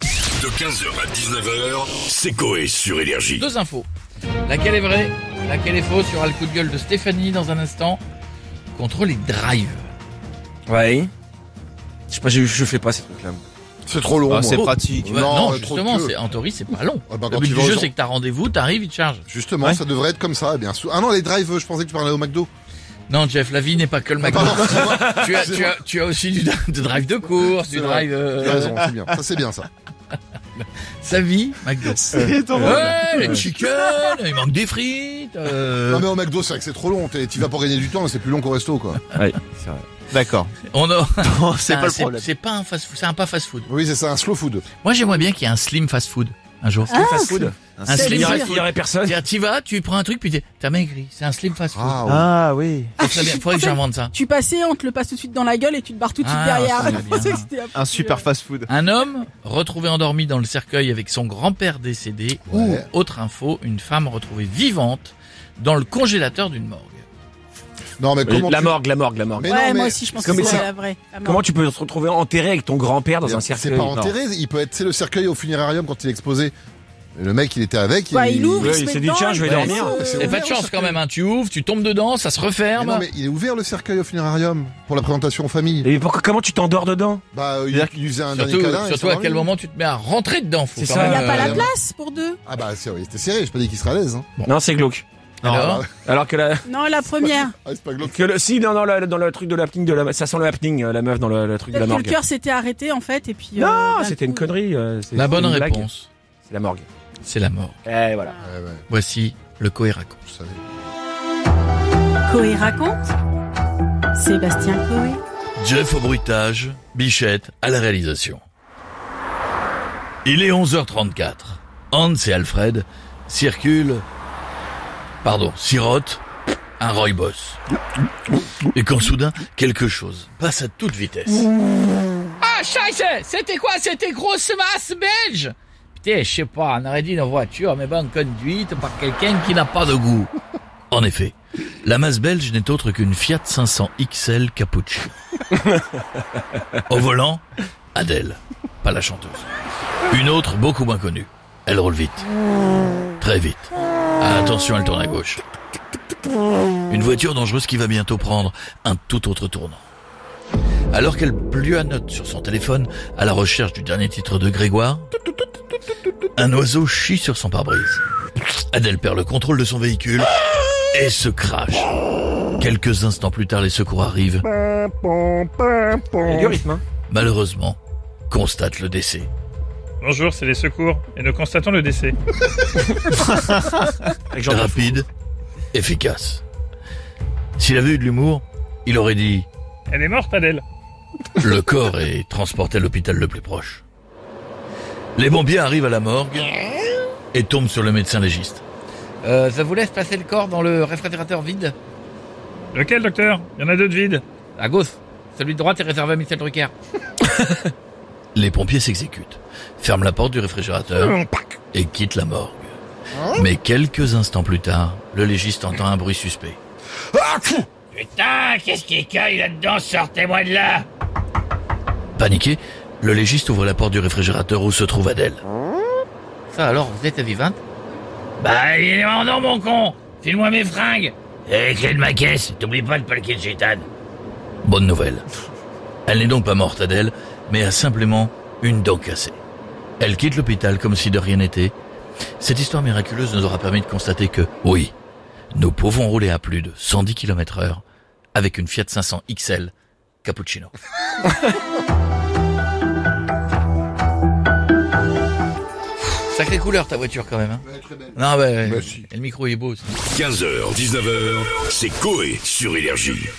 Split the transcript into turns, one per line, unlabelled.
De 15h à 19h, c'est Coé sur Énergie.
Deux infos. Laquelle est vraie Laquelle est fausse Il y aura le coup de gueule de Stéphanie dans un instant contre les drives.
Ouais. Je sais pas, je, je fais pas ces trucs-là.
C'est trop
Bah,
long.
Ah, c'est
moi.
pratique.
Ouais,
Non,
non,
euh, trop de
justement,
queue.
c'est, en théorie, c'est pas long.
Ah bah,
le
quand
but
ils
du
vont
jeu,
au-
c'est que t'as rendez-vous, t'arrives, ils te chargent.
Justement,
Ouais.
ça devrait être comme ça. eh Bien sou- Ah non, les drives, je pensais que tu parlais au McDo.
Non, Jeff, la vie n'est pas que le
Ah,
McDo.
pardon, excuse-moi.
tu, as, tu, as, tu as aussi du de drive de course, du
C'est vrai.
drive... euh,
T'as raison, c'est bien. Ça, c'est bien ça.
Sa vie, McDo.
C'est
Ouais, les chicken, il manque des frites. euh,
Non, mais au McDo, c'est vrai que c'est trop long. T'es- T'y vas pour gagner du temps, mais c'est plus long qu'au resto, quoi.
Ah
D'accord.
on a- Ah,
c'est pas le problème.
C'est pas un fast food, c'est un pas fast food.
Oui, c'est ça, un slow food.
Moi, j'aimerais bien qu'il y ait un slim fast food un jour.
fast food.
Un slim
il, y aurait,
fast food.
il y aurait personne.
Tiens, T'y vas, tu prends un truc, puis t'es- t'as maigri. C'est un slim fast food.
Ah, ouais.
Ah oui.
C'est très bien. Faudrait que j'invente ça.
Tu passais, on te le passe tout de suite dans la gueule et tu te barres tout de suite
Ah,
derrière.
c'est bien.
C'est que c'était peu-
fast food.
Un homme retrouvé endormi dans le cercueil avec son grand-père décédé ou,
Ouais.
autre info, une femme retrouvée vivante dans le congélateur d'une morgue.
Non, mais comment.
la
tu-
morgue, la morgue, la morgue.
Mais
Ouais,
non, mais
moi aussi je pense
Comme
que c'est
ça.
la vraie. la mort.
Comment tu peux te retrouver enterré avec ton grand-père dans un cercueil
C'est pas
Non.
enterré. Il peut être, c'est le cercueil au funérarium quand il est exposé. Le mec, il était avec.
Ouais, Bah, il ouvre,
Ouais,
il se
il
met
s'est dit,
dedans,
tiens, je vais
il passe,
dormir.
euh,
C'est
T'as
ouvert,
pas de chance
le
quand
cercueil
même, hein. tu ouvres, tu tombes dedans, ça se referme.
Mais non, mais il est ouvert le cercueil au funérarium pour la présentation en famille.
Et pourquoi, comment tu t'endors dedans
Bah, euh, il,
C'est-à-dire
il lui faisait un
Surtout,
dernier câlin. et
surtout
ça
à
va
quel
mieux.
moment tu te mets à rentrer dedans, faut
C'est
quand
ça.
même,
Il n'y a pas
euh,
la place pour deux.
Ah bah, c'est oui, c'était serré. Je pas dit qu'il serait à l'aise. Hein. bah,
Non, c'est glauque.
Alors,
Alors que la,
Non, la première.
Ah, c'est pas glauque.
que le, si, non, non, la- dans le truc de l'happening de la, ça sent le happening, euh, la meuf dans le, le truc de la
Peut-être que le
morgue.
cœur s'était arrêté en fait et puis. euh,
Non,
d'un
c'était une
coup-
connerie. euh, c'est-
la bonne
c'est une blague.
réponse,
C'est la morgue.
c'est la mort.
Eh voilà.
Ouais, ouais,
Voici le Coé raconte.
je savais.
Coé raconte. Sébastien Coé.
Jeff au bruitage, Bichette à la réalisation. Il est 11h34. Hans et Alfred circulent, pardon, sirotent un rooibos. Et quand soudain, quelque chose passe à toute vitesse. Ah, chasse C'était quoi C'était grosse masse belge Putain, je sais pas, on aurait dit une voiture, mais ben conduite par quelqu'un qui n'a pas de goût. En effet, la masse belge n'est autre qu'une Fiat 500 XL Capucci. Au volant, Adèle, pas la chanteuse. Une autre beaucoup moins connue. Elle roule vite. Très vite. Ah, attention, elle tourne à gauche. Une voiture dangereuse qui va bientôt prendre un tout autre tournant. Alors qu'elle note sur son téléphone à la recherche du dernier titre de Grégoire, un oiseau chie sur son pare-brise. Adèle perd le contrôle de son véhicule et se crache. Quelques instants plus tard, les secours arrivent
Il y a du rythme, hein.
malheureusement, constate le décès.
Bonjour, c'est les secours et nous constatons le décès.
Avec Jean-Pierre
Rapide, efficace. S'il avait eu de l'humour, il aurait dit
Elle est morte, Adèle.
le corps est transporté à l'hôpital le plus proche. Les pompiers arrivent à la morgue et tombent sur le médecin légiste. Euh, ça vous laisse passer le corps dans le réfrigérateur vide
Lequel, docteur Il y en a deux de vides.
À gauche. Celui de droite est réservé à Michel Drucker. Les pompiers s'exécutent, ferment la porte du réfrigérateur et quittent la morgue. Mais quelques instants plus tard, le légiste entend un bruit suspect.
Putain, qu'est-ce qui caille là-dedans Sortez-moi de là
Paniqué, le légiste ouvre la porte du réfrigérateur où se trouve Adèle. Ça alors, vous êtes vivante
Bah, il est mort dans mon con File-moi mes fringues Et clé de ma caisse, t'oublie pas le paquet de gitane.
Bonne nouvelle. Elle n'est donc pas morte, Adèle, mais a simplement une dent cassée. Elle quitte l'hôpital comme si de rien n'était. Cette histoire miraculeuse nous aura permis de constater que, oui, nous pouvons rouler à plus de 110 km heure avec une Fiat 500 XL Cappuccino. Sacrée couleur ta voiture quand même. Hein non, ouais, ouais.
Bah, si.
Et le micro il est beau aussi.
15h, 19h, c'est Coé sur Énergie.